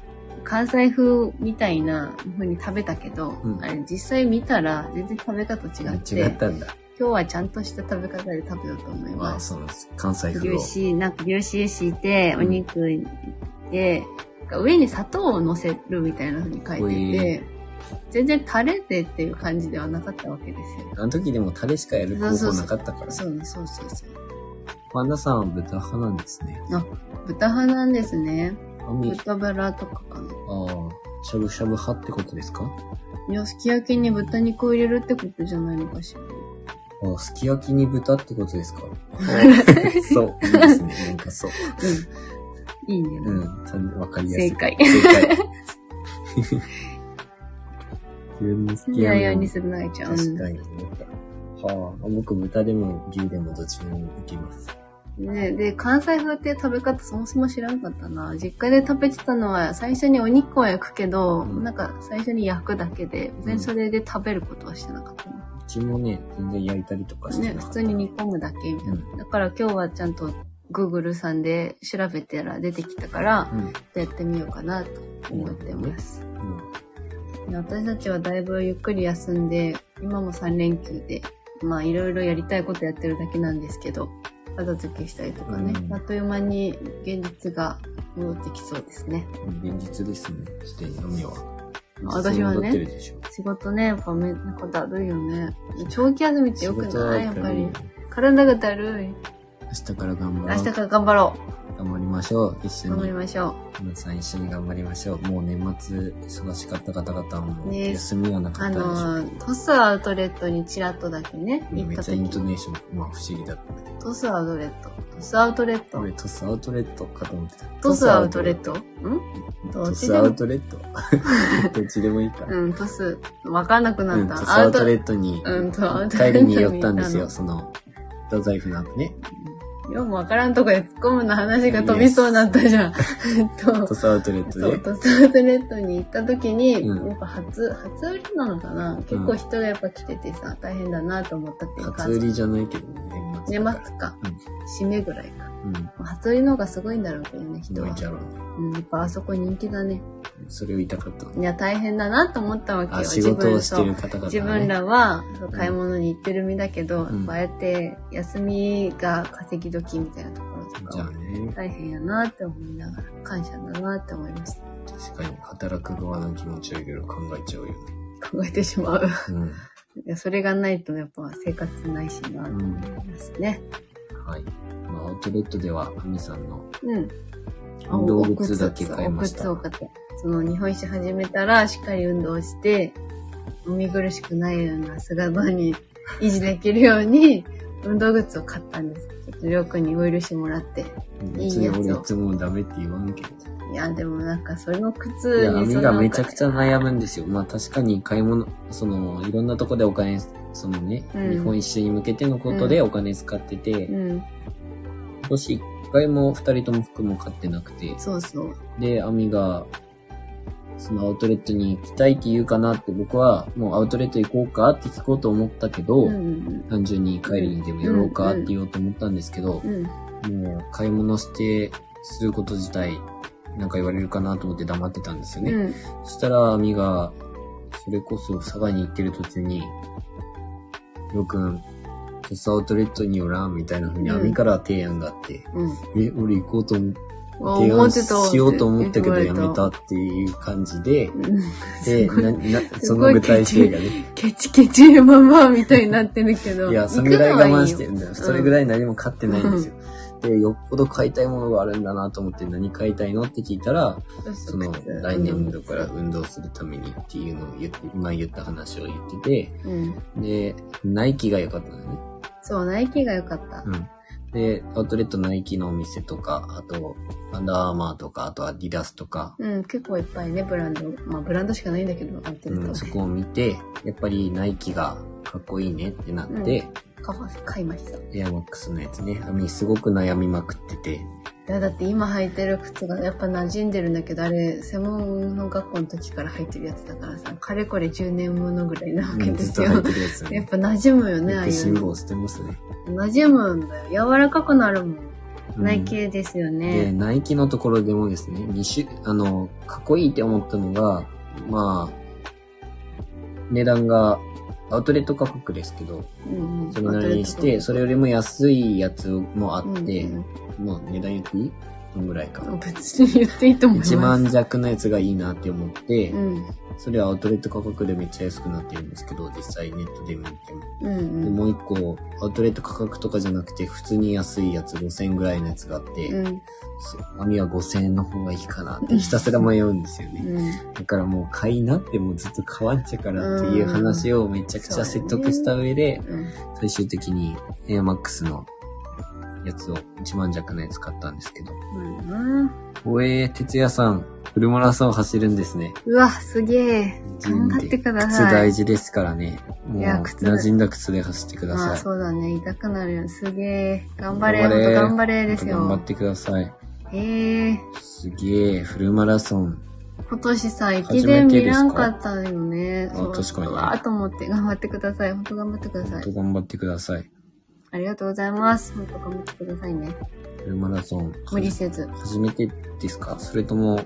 A: 関西風みたいな風に食べたけど、
B: うん
A: あれ実際見たら全然食べ方違って、
B: 違ったんだ。
A: 今日はちゃんとした食べ方で食べようと思い
B: ま
A: ま
B: あ、
A: す。
B: その、関西風を。
A: 牛脂、なんか牛脂敷いて、
B: う
A: お
B: ん
A: 肉で、なんか上に砂糖を乗せるみたいな風に書いてて、全然タレでっていう感じではなかったわけですよ。
B: あの時でもタレしかやる方法なかったから。
A: そうね、そうそうそう。
B: パンダさんは豚派なんですね。
A: 豚派なんですね。
B: あみ、あ
A: 豚バラとかかな。
B: あ、しゃぶしゃぶ派ってことですか
A: いや、すき焼きに豚肉を入れるってことじゃないのかしら。
B: ああ、すき焼きに豚ってことで すかあそう。いいですね。なんかそう。
A: うん。いいね。
B: うん。そんわかりやすい。
A: 正解。
B: 正解。自分の好き
A: 似
B: な
A: 合いよう
B: も
A: に
B: の
A: するな、愛ちゃん。
B: 確かに思った。はあ、僕豚でも牛でもどっちでもいけます。
A: ねで、関西風っていう食べ方そもそも知らなかったな。実家で食べてたのは、最初にお肉は焼くけど、
B: うん
A: なんか最初に焼くだけで、別にそれで食べることはしてなかったな。
B: うちもね、全然焼いたりとかして
A: ね、
B: なか
A: 普
B: った。
A: 通に煮込むだけみたいな。だから今日はちゃんと Google さんで調べたら出てきたから、
B: うん。
A: やってみようかなと思ってます。
B: うん。
A: 私たちはだいぶゆっくり休んで、今も3連休で、まあいろいろやりたいことやってるだけなんですけど、片付けしたりとかね、
B: うん
A: あっという間に現実が戻ってきそうですね。
B: 現実ですね。して、飲みは。
A: 私はね
B: 実際戻ってるでしょ。
A: 仕事ね、やっぱめなんかだるいよね。長期休みって良く
B: 仕事は
A: ないやっぱ
B: 軽い
A: り
B: よ。
A: 体がだるい。
B: 明日から頑張
A: 明
B: ろ
A: 日
B: う。
A: から頑張ろ
B: 頑張りましょう。一
A: う。
B: 緒
A: 頑張
B: に
A: り。ましょう。
B: 皆さん一緒に頑張りましょう。もう年末忙しかった方々はもう
A: ね
B: 休みはなか
A: あ
B: ったでしょう。
A: のー、トスアウトレットにチラッとだけね、
B: うん
A: 行
B: め
A: っ
B: ったちゃイン
A: 時
B: トネーション、まあ不思議だったけど。
A: トスアウトレット。トスアウトレット。
B: 俺トスアウトレットかと思ってた。
A: トスアウトレットん
B: トスアウトレット。 どっちでもいいか。
A: うん、トス、わかんなくな
B: う
A: っ
B: ん、
A: た。
B: トスアウトレットに
A: うんとアウトレッ
B: 帰
A: ト
B: り
A: に
B: に寄ったんです
A: 行
B: よ。
A: っ
B: その、太宰府の後ね。
A: ようもわからんとこで突っ込むの話が飛びそうになったじゃん。 えっと
B: ト、スアウトレット
A: そう、
B: で。
A: トスアウトレットに行った時に、
B: うん
A: やっぱ初、初売りなのかな結構人がやっぱ来ててさ、大変だなと思ったっていうか
B: 初、売りじゃないけどね、年末
A: 年
B: だから。
A: 末か、
B: うん
A: 締めぐらいか。
B: うん。
A: 初売りの方がすごいんだろうけどね、人
B: どうい
A: は。
B: ちゃろう。
A: うん、やっぱあそこ人気だね。
B: それを言いたかった。
A: いや、大変だなと思ったわけよ。
B: あ、仕事
A: 自
B: を
A: 分
B: してる方々、ね。
A: 自分らは
B: ん
A: 買い物に行ってる身だけど、
B: うん
A: こうやって休みが稼ぎ時みたいなところと
B: じ
A: か
B: ゃあ
A: は
B: ね、
A: 大変やなって思いながら感謝だなって思い ました
B: 確かに働く側の気持ちをいろいろ考えちゃ うよね。
A: 考えてしまう
B: うん。
A: いやそれがないとやっぱ生活ないしなと思いますね
B: はい。まあ、アウトレットでは、アミさんの
A: うん
B: 運動靴だけ買いまし
A: お
B: た。
A: 靴を買ったその日本酒始めたらしっかり運動して見苦しくないような姿に維持できるように運動靴を買ったんですちょっとりょうくんにお許しもらって
B: 別に俺いつもダメって言わんけど。
A: いや、でもなんか、それの
B: い
A: 靴
B: や、ア
A: に
B: ミ
A: そ
B: が
A: の
B: めちゃくちゃ悩むんですよ。まあ確かに買い物、その、いろんなとこでお金、そのね、
A: うん
B: 日本一周に向けてのことでお金使ってて、
A: うん、
B: 今年一回も二人とも服も買ってなくて、
A: そうそう。
B: で、アミが、そのアウトレットに行きたいって言うかなって、僕はもうアウトレット行こうかって聞こうと思ったけど、
A: うん、
B: 単純に帰りにでも寄ろうかって言おうと思ったんですけど、
A: うん、
B: もう買い物してすること自体なんか言われるかなと思って黙ってたんです
A: う
B: よね。
A: ん、
B: そしたら、アミが、それこそ佐賀に行ってる途中に、りょうくん、トスアウトレットによらんみたいな風に
A: うん
B: アミから提案があって、
A: うん。
B: え、俺行こうと思
A: あ
B: 提
A: 思
B: 案
A: ってた
B: しようと思ったけどやめ。た
A: う
B: っていう感じで、
A: ん
B: で、
A: すごい
B: な、な、
A: す
B: そ
A: ご
B: の
A: い
B: 具体性がね、
A: ケチケチのままみたいになってるけど。
B: いや、それぐらい我慢して
A: 行く
B: るんだよ。それぐらい何も買ってないんですよ。で、よっぽど買いたいものがあるんだなと思って何買いたいのって聞いたら、
A: のはいいよ。
B: その来年度から運動するためにっていうのを言って、今言った話を言って
A: うん。
B: て、で、ナイキが良かったのね。
A: そう、ナイキが良かった。
B: うん。で、アウトレットナイキのお店とか、あと、アンダーアーマーとか、あとアディダスとか、
A: うん、結構いっぱいね、ブランド。まあ、ブランドしかないんだけど、アウトレ
B: うん、
A: ッ
B: そこを見て、やっぱりナイキがかっこいいねってなって、
A: ト。買いました。
B: エアマックスのやつね、アミすごく悩みまくってて、
A: いや、だって今履いてる靴がやっぱ馴染んでるんだけど、あれ、専門の学校の時から履いてるやつだからさ、かれこれ10年ものぐらいなわけ
B: うん
A: で
B: ず
A: す
B: っと
A: よ。
B: 入ってるやつよ
A: やっ
B: ね。
A: ぱ馴染むよね、ああ
B: め
A: い
B: っちゃ
A: う
B: 辛
A: の。
B: 抱してますね。
A: 馴染むんだよ。柔らかくなるもん。
B: うん
A: 内径ですよ
B: で、
A: ね。
B: ナイキのところでもですね、2種、あの、かっこいいって思ったのが、まあ、値段が、アウトレット価格ですけど、
A: うんうん
B: それなりにして、それよりも安いやつもあって、
A: うん
B: もう値段言っていいどんぐらいか。
A: うん別に言っていいと思います。
B: 1万弱のやつがいいなって思って、
A: うん。
B: それはアウトレット価格でめっちゃ安くなってるんですけど、実際ネットで見ても。
A: うん
B: で、
A: うん。
B: もう一個、アウトレット価格とかじゃなくて、普通に安いやつ、5000円ぐらいのやつがあって、
A: うん。
B: そう網は5000円の方がいいかなってひたすら迷うんですよね。
A: うん。
B: だからもう買いなってもうずっと買わんちゃからっていう話をめちゃくちゃ説得した上で、
A: うん
B: 最終的に AirMax のやつを1万弱のやつ買ったんですけど。
A: まあな
B: おえー、哲也さん、フルマラソン走るんですね。
A: うわ、すげえ。頑張って
B: 靴
A: ください。
B: 大事ですからね。もう、
A: いや靴
B: 馴染んだ靴で走ってくだ
A: まあ
B: さい。
A: そうだね、痛くなるよ。すげえ。頑張れ、
B: 頑
A: ほ
B: 張
A: ん
B: れ
A: と頑張れです
B: 頑張
A: よ
B: っ。てください。
A: ええ
B: すげえ、フルマラソン。
A: 今年さ、駅
B: 初め
A: 伝
B: て
A: 見
B: で
A: ら
B: すか
A: んかったよね。
B: あ
A: そう
B: 確かに
A: うわーと思って、頑張ってください。ほんと頑張ってくだ
B: ほ
A: さ
B: ん
A: い
B: と。頑張ってください。
A: ありがとうございます。ほんと頑張ってくださいね。
B: フルマラソン。
A: 無理せず。
B: 初めてですかそれとも、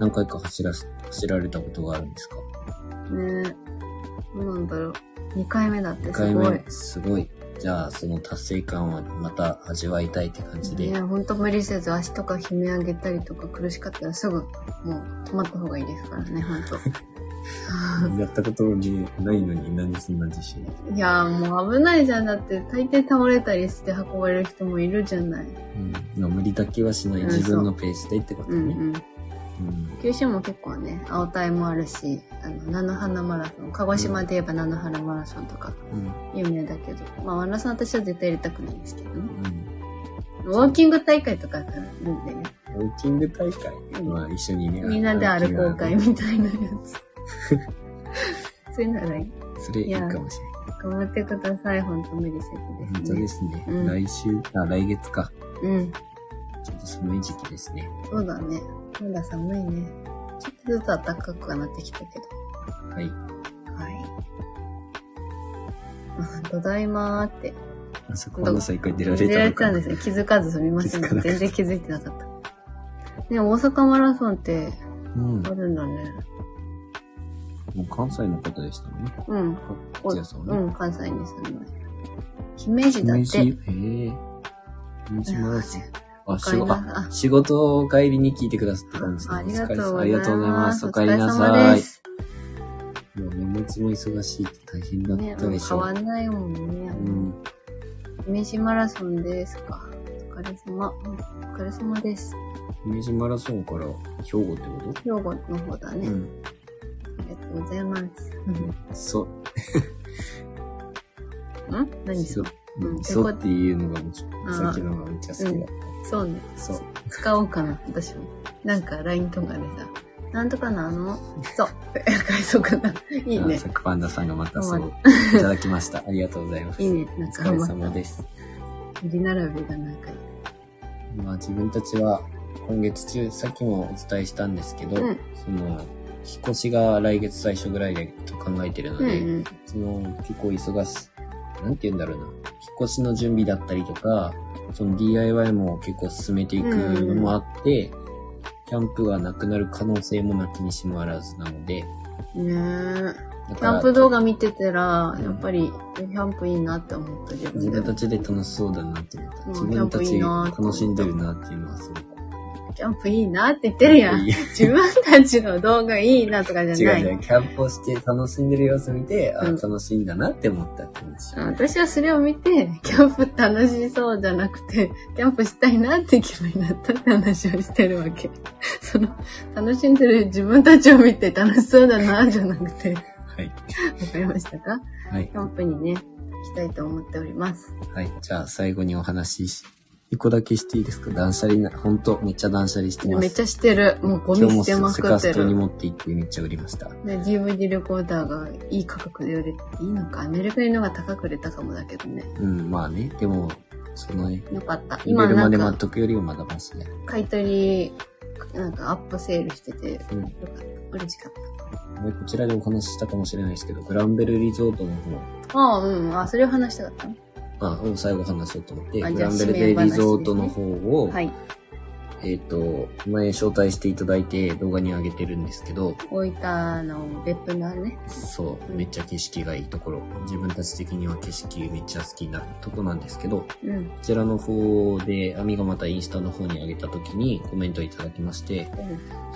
B: 何回か走らす、走られたことがあるんですか
A: ねどうなんだろう。2回目だって
B: ?2
A: す
B: 回
A: ごい
B: 目。。すごい。じゃあ、その達成感をまた味わいたいって感じで。
A: ね、ほんと無理せず足とか悲鳴上げたりとか苦しかったらすぐもう止まった方がいいですからね、ほ んと。
B: やったことにないのに、何そんな自信。
A: いやーもう危ないじゃん。だって大抵倒れたりして運ばれる人もいるじゃない。
B: うん。まあ無理だけはしない。
A: うん
B: 自分のペースでってこと
A: うん
B: ね。
A: うん。
B: うん。
A: 九州も結構ね、青鯛もあるし、あの、菜の花マラソン、鹿児島で言えば菜の花マラソンとか
B: うん。
A: 有名だけど、まあマラソン私は絶対入れたくないんですけどね。
B: うん。
A: ウォーキング大会とかからるんでね、
B: ウォーキング大会まあ一緒にね。
A: みんなで歩こう会
B: 歩きなが
A: みたいなやつ。 そういうのがいい
B: らそれいいかもし
A: 頑張ってください、ほんと無理せ
B: れない。
A: ず
B: 本
A: です
B: 当
A: ね
B: で。すね。
A: うん
B: 来週、あ、来月か。
A: うん、
B: ちょっと寒い時期ですね。
A: そうだね。まだ寒いね。ちょっとずつ暖かくはなってきたけど。
B: はい。
A: はい。あ、ただいまーって。
B: あそこは最高に出ら
A: 入
B: れ
A: れ
B: た
A: られ
B: の
A: てた
B: か
A: ん
B: な
A: ですね。気づかずすみません。
B: 気づかなかった
A: 全然気づいてなかった。ね、大阪マラソンって
B: うん
A: あ。るんだね。
B: もう関西の方でしたもんね。
A: うん。お
B: 哲也さんは
A: う
B: ね。
A: ん、関西に住んでる。姫路だっ
B: 姫
A: て。
B: 路、へえ。姫路マラソン。あ、仕
A: わか
B: 事、
A: り
B: あ、
A: ます
B: 仕事を帰りに聞いてくださってたんです
A: ああ
B: ね。
A: りが
B: お疲れ
A: とう
B: 様
A: ご
B: あ
A: ざい
B: りがとうござい
A: ま
B: ます。
A: す。
B: お帰りな
A: お疲れ様
B: さ
A: で
B: い。
A: す。
B: もう年末も忙しいって大変だ
A: ね、
B: った
A: もう
B: でし
A: 変
B: ょ
A: わんないもんね。
B: うん。
A: 姫路マラソンですか。お疲れ様。うんお疲れ様です。
B: 姫路マラソンから兵庫ってこ
A: 兵庫の方だ
B: と
A: ね。
B: ん。
A: ありがとうございます。
B: そう。
A: ん何そ
B: そう
A: う
B: う。
A: ん
B: うんそうっていうのがもうちょっ
A: あ
B: と、
A: ー
B: さっきのがめっちゃ好きだっ
A: そうね。
B: た。そう。
A: 使おうかな、私も。なんか LINE とかでさ、なんとかなあの、そう。返そうかな。いい
B: あ
A: ね。
B: サクパンダさんがまたそうう、いただきました。あ りがとうございます。
A: いいね。な
B: お
A: ん
B: 疲
A: か
B: れ
A: また、
B: 様です。
A: 入り並びがなんかいい。
B: まあ自分たちは今月中、さっきもお伝えしたんですけど、
A: うん
B: その、引っ越しが来月最初ぐらいでと考えてるの
A: うん
B: で、
A: うん。
B: その結構忙しい、なんて言うんだろうな、引っ越しの準備だったりとか、その DIY も結構進めていくのもあって、キャンプがなくなる可能性もなきにしもあらずなので、
A: ねえ。
B: だ
A: キ
B: か
A: ャ
B: ら
A: ンプ動画見てたら
B: う、ん
A: やっぱり、キャンプいいなって思った自分
B: 自
A: で
B: 分た
A: も。
B: ちで楽しそうだなって思った。
A: うん
B: 自分た
A: キャンプい
B: ち
A: いなって
B: 楽しんでるなっていうのはすごく。
A: キャンプいいなって言ってるやん。
B: いい
A: 自分たちの動画いいなとかじ
B: 違
A: ゃな
B: う違
A: い。
B: う、キャンプをして楽しんでる様子見て、あ、
A: うん
B: 楽しいんだなって思ったって話。
A: 私はそれを見て、キャンプ楽しそうじゃなくて、キャンプしたいなって気分になったって話をしてるわけ。 その、楽しんでる自分たちを見て楽しそうだな、じゃなくて、わ
B: はい。
A: かりましたか
B: はい
A: キ。ャンプにね、行きたいと思っております。
B: はい。じゃあ、最後にお話しし、一個だけしていいですか断捨離な、ほんと、めっちゃ断捨離してます。
A: めっちゃしてる。もうゴ
B: 今
A: ミ
B: 日
A: 捨
B: も
A: てま
B: セ
A: く
B: カ
A: っ
B: ス
A: て
B: トに
A: る。
B: 持って行ってめっちゃ売りました。
A: ね DVD レコーダーがいい価格で売れていいのか、アメリカのが高く売れたかもだけどね。
B: うん、まあね。でも、そのね、
A: よかった。
B: 入
A: 今
B: れる
A: な
B: ま
A: ん
B: で待っ
A: か、
B: とくよりはまだマシだよ。
A: 買い取り、なんかアップセールしてて、よか
B: うん
A: った。嬉しかっ
B: ねこちらでお話ししたかもしれないですけど、グランベルリゾートの方、
A: た。ああ、うん。あ、それを話したかったの
B: あ、うん、最後話そうと思って、
A: あ
B: グ
A: じゃあ
B: ランベルデリゾートの方を、
A: はい。
B: えっ、と、前招待していただいて動画に上げてるんですけど、
A: 大分の別府のあるね。
B: そう、めっちゃ景色がいいところ、自分たち的には景色めっちゃ好きなとこなんですけど、
A: うん。
B: こちらの方で、アミがまたインスタの方に上げた時にコメントいただきまして、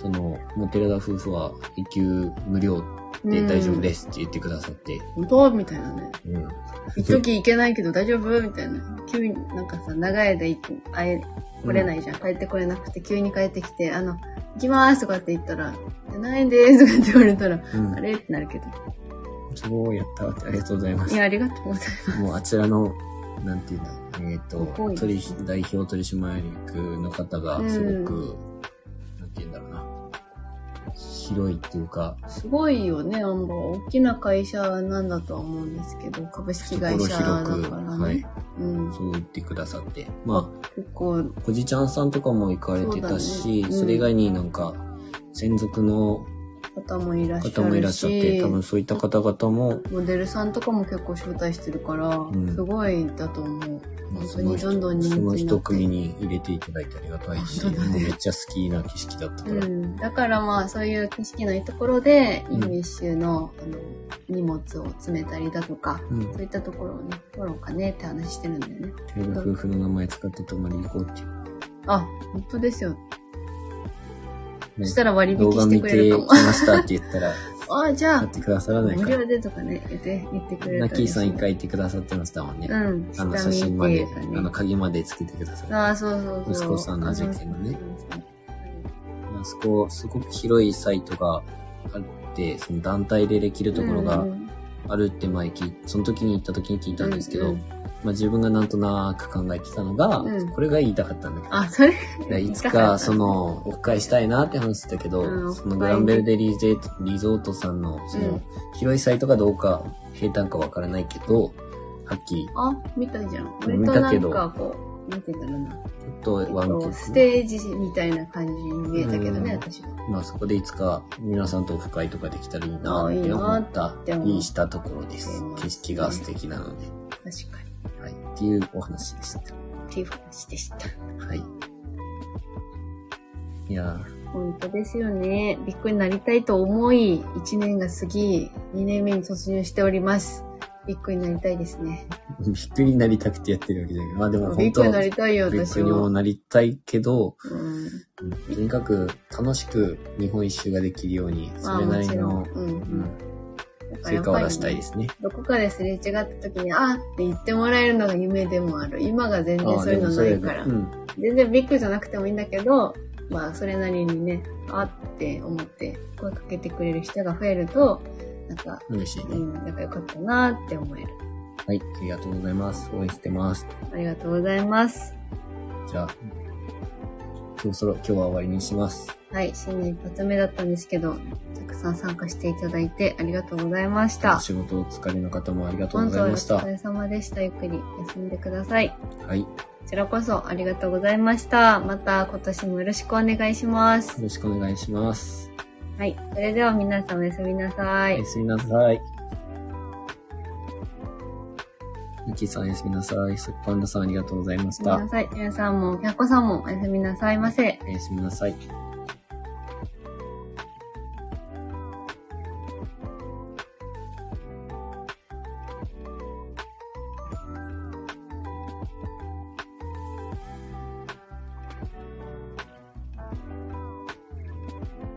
B: その、モテレダ夫婦は永久無料
A: うん。
B: で大丈夫ですって言ってくださって、
A: うん。どうみたいなね。
B: うん。
A: 一時行けないけど大丈夫みたいな。急に、なんかさ、長い間い会え、来れないじゃん。帰ってこれなくて、急に帰ってきて、あの、行きますとかって言ったら、いやないんですとかって言われたら、
B: うん
A: あれってなるけど。
B: すごい、やったってありがとうございま
A: い
B: す。
A: や、ありがとうござい
B: もうあちらの、なんていうんだ、えっ、と
A: ご厚、意
B: 取引代表取締役の方がすごく、なんていうんだろうな、広いっていうか、
A: ます。すごいよね、アンバー。大きな会社なんだとは思うんですけど、株式会社だから
B: 懐
A: ね。
B: 広く、はい、
A: うん。
B: そう言ってくださって、ま
A: 結構、
B: あ、こじちゃんさんとかも行かれてたし、
A: そうだ
B: そ,、
A: ねうん
B: れ以外になんか、専属の
A: 方もいらっしゃるし。
B: 方もいらっしゃって、多分そういった方々も、
A: モデルさんとかも結構招待してるから、
B: ん
A: すごいだと思う。
B: まあ
A: 本当
B: そ
A: にど
B: の
A: んどん人気
B: そ
A: になっ
B: の
A: て
B: 一組に入れていただいてありがたいし、
A: 本当だね
B: もうめっちゃ好きな景色だったか
A: う
B: ら、
A: ん、だからまあそういう景色のいいところで、
B: うん
A: イン一周のあの荷物を詰めたりだとか、
B: うん
A: そういったところをね、取ろうかねって話してるんだよね。
B: テレビ夫婦の名前使って泊まりに行こうっていう。
A: あ、本当ですよ。そ
B: ね
A: したら割
B: 動
A: 引
B: 画
A: して
B: 見
A: く
B: て
A: れ
B: き
A: るかも
B: ま。したって言っ たら、
A: あ、じ
B: 買
A: ゃ
B: ってくださら
A: あ、
B: ない
A: 無
B: から。
A: 料でとかね、言って、言ってくれる
B: ナッ
A: と
B: キー
A: 嬉しい
B: さん一。回行ってくださってましたもんね。
A: うん、
B: あの
A: 下見って
B: 写真ま
A: い
B: で、
A: うか
B: あの
A: ね。
B: 鍵までつけてくださっ
A: ああ、そうそうそう。
B: 息子さんの事件のね
A: あの。
B: て。あそこ、すごく広いサイトがあって、その団体でできるところがあるって前聞い、その時に行った時に聞いたんですけど、
A: うんうん
B: まあ自分がなんとなく考えてたのが、
A: うん
B: これが言いたかったんだけど、
A: あ、それ
B: いやい
A: 言
B: つ
A: いたかった
B: か、その、オフ会したいなって話してたけど、
A: うん
B: そのグランベルデリゼリゾートさんの、そ
A: うん
B: の、広いサイトかどうか、平坦かわからないけど、はっきり、ち
A: あ、見たじゃん。割
B: 見
A: と
B: た
A: な
B: け
A: ん
B: ど
A: かこう、見てたらな。
B: ょっとワンテイク
A: ステージみたいな感じに見えたけどね、
B: うん
A: 私は。
B: まあそこでいつか、皆さんとオフ会とかできたらいいなって思った
A: あいいなって、思う
B: りしたところです
A: うん。
B: 景色が素敵なので、
A: 確かに。
B: はい、っていうお話でした。
A: っていう話でした。
B: はい。いや
A: 本当ですよね。びっくりになりたいと思い、1年が過ぎ、2年目に突入しております。びっくりになりたいですね。
B: ー、びっくりになりたくてやってるわけじゃない。まあでも
A: び
B: 本
A: っく
B: 当
A: りになりたいよ、
B: びっく
A: 私
B: りにも
A: は。
B: なりたいけど、
A: うん。
B: とにかく楽しく日本一周ができるように、それなり
A: まあも
B: の
A: ち、ろん。うん
B: う
A: うん。
B: ん、
A: だから
B: 成
A: やっ
B: 果
A: ぱ
B: を
A: りね
B: 出したいですね。
A: どこかですれ違った時に、あーって言ってもらえるのが夢でもある。今が全然
B: ああ
A: そういうのないから。
B: でもそれ
A: 全然ビッグじゃなくてもいいんだけど、まあ、それなりにね、あって思って声かけてくれる人が増えると、なんか、
B: うん、嬉しいうね。
A: ん、なんか良かったなーって思える。
B: はい、ありがとうございます。応援してます。
A: ありがとうございます。
B: じゃあ、そろそろ今日は終わりにします。
A: はい、新年一発目だったんですけど、たくさん参加していただいてありがとうございまし
B: お
A: た。
B: 仕事お疲れの方もありがとう
A: 本
B: ご
A: 当
B: ざい
A: お
B: ました。
A: 疲れ様でした。ゆっくり休んでください。
B: はい、よ
A: こちらこそありがとうございました。また今年もよろしくお願いします。
B: ろしくお願いします。
A: はい、それでは皆さんおやすみなさ
B: お
A: い
B: や。すみなさい。ミッキーさんおやすみなさい。スパンダさんありがとうございまし
A: おやすみ
B: た
A: な。さい。皆さんも、やっこさんもおやすみなさいませ。
B: おやすみなさい。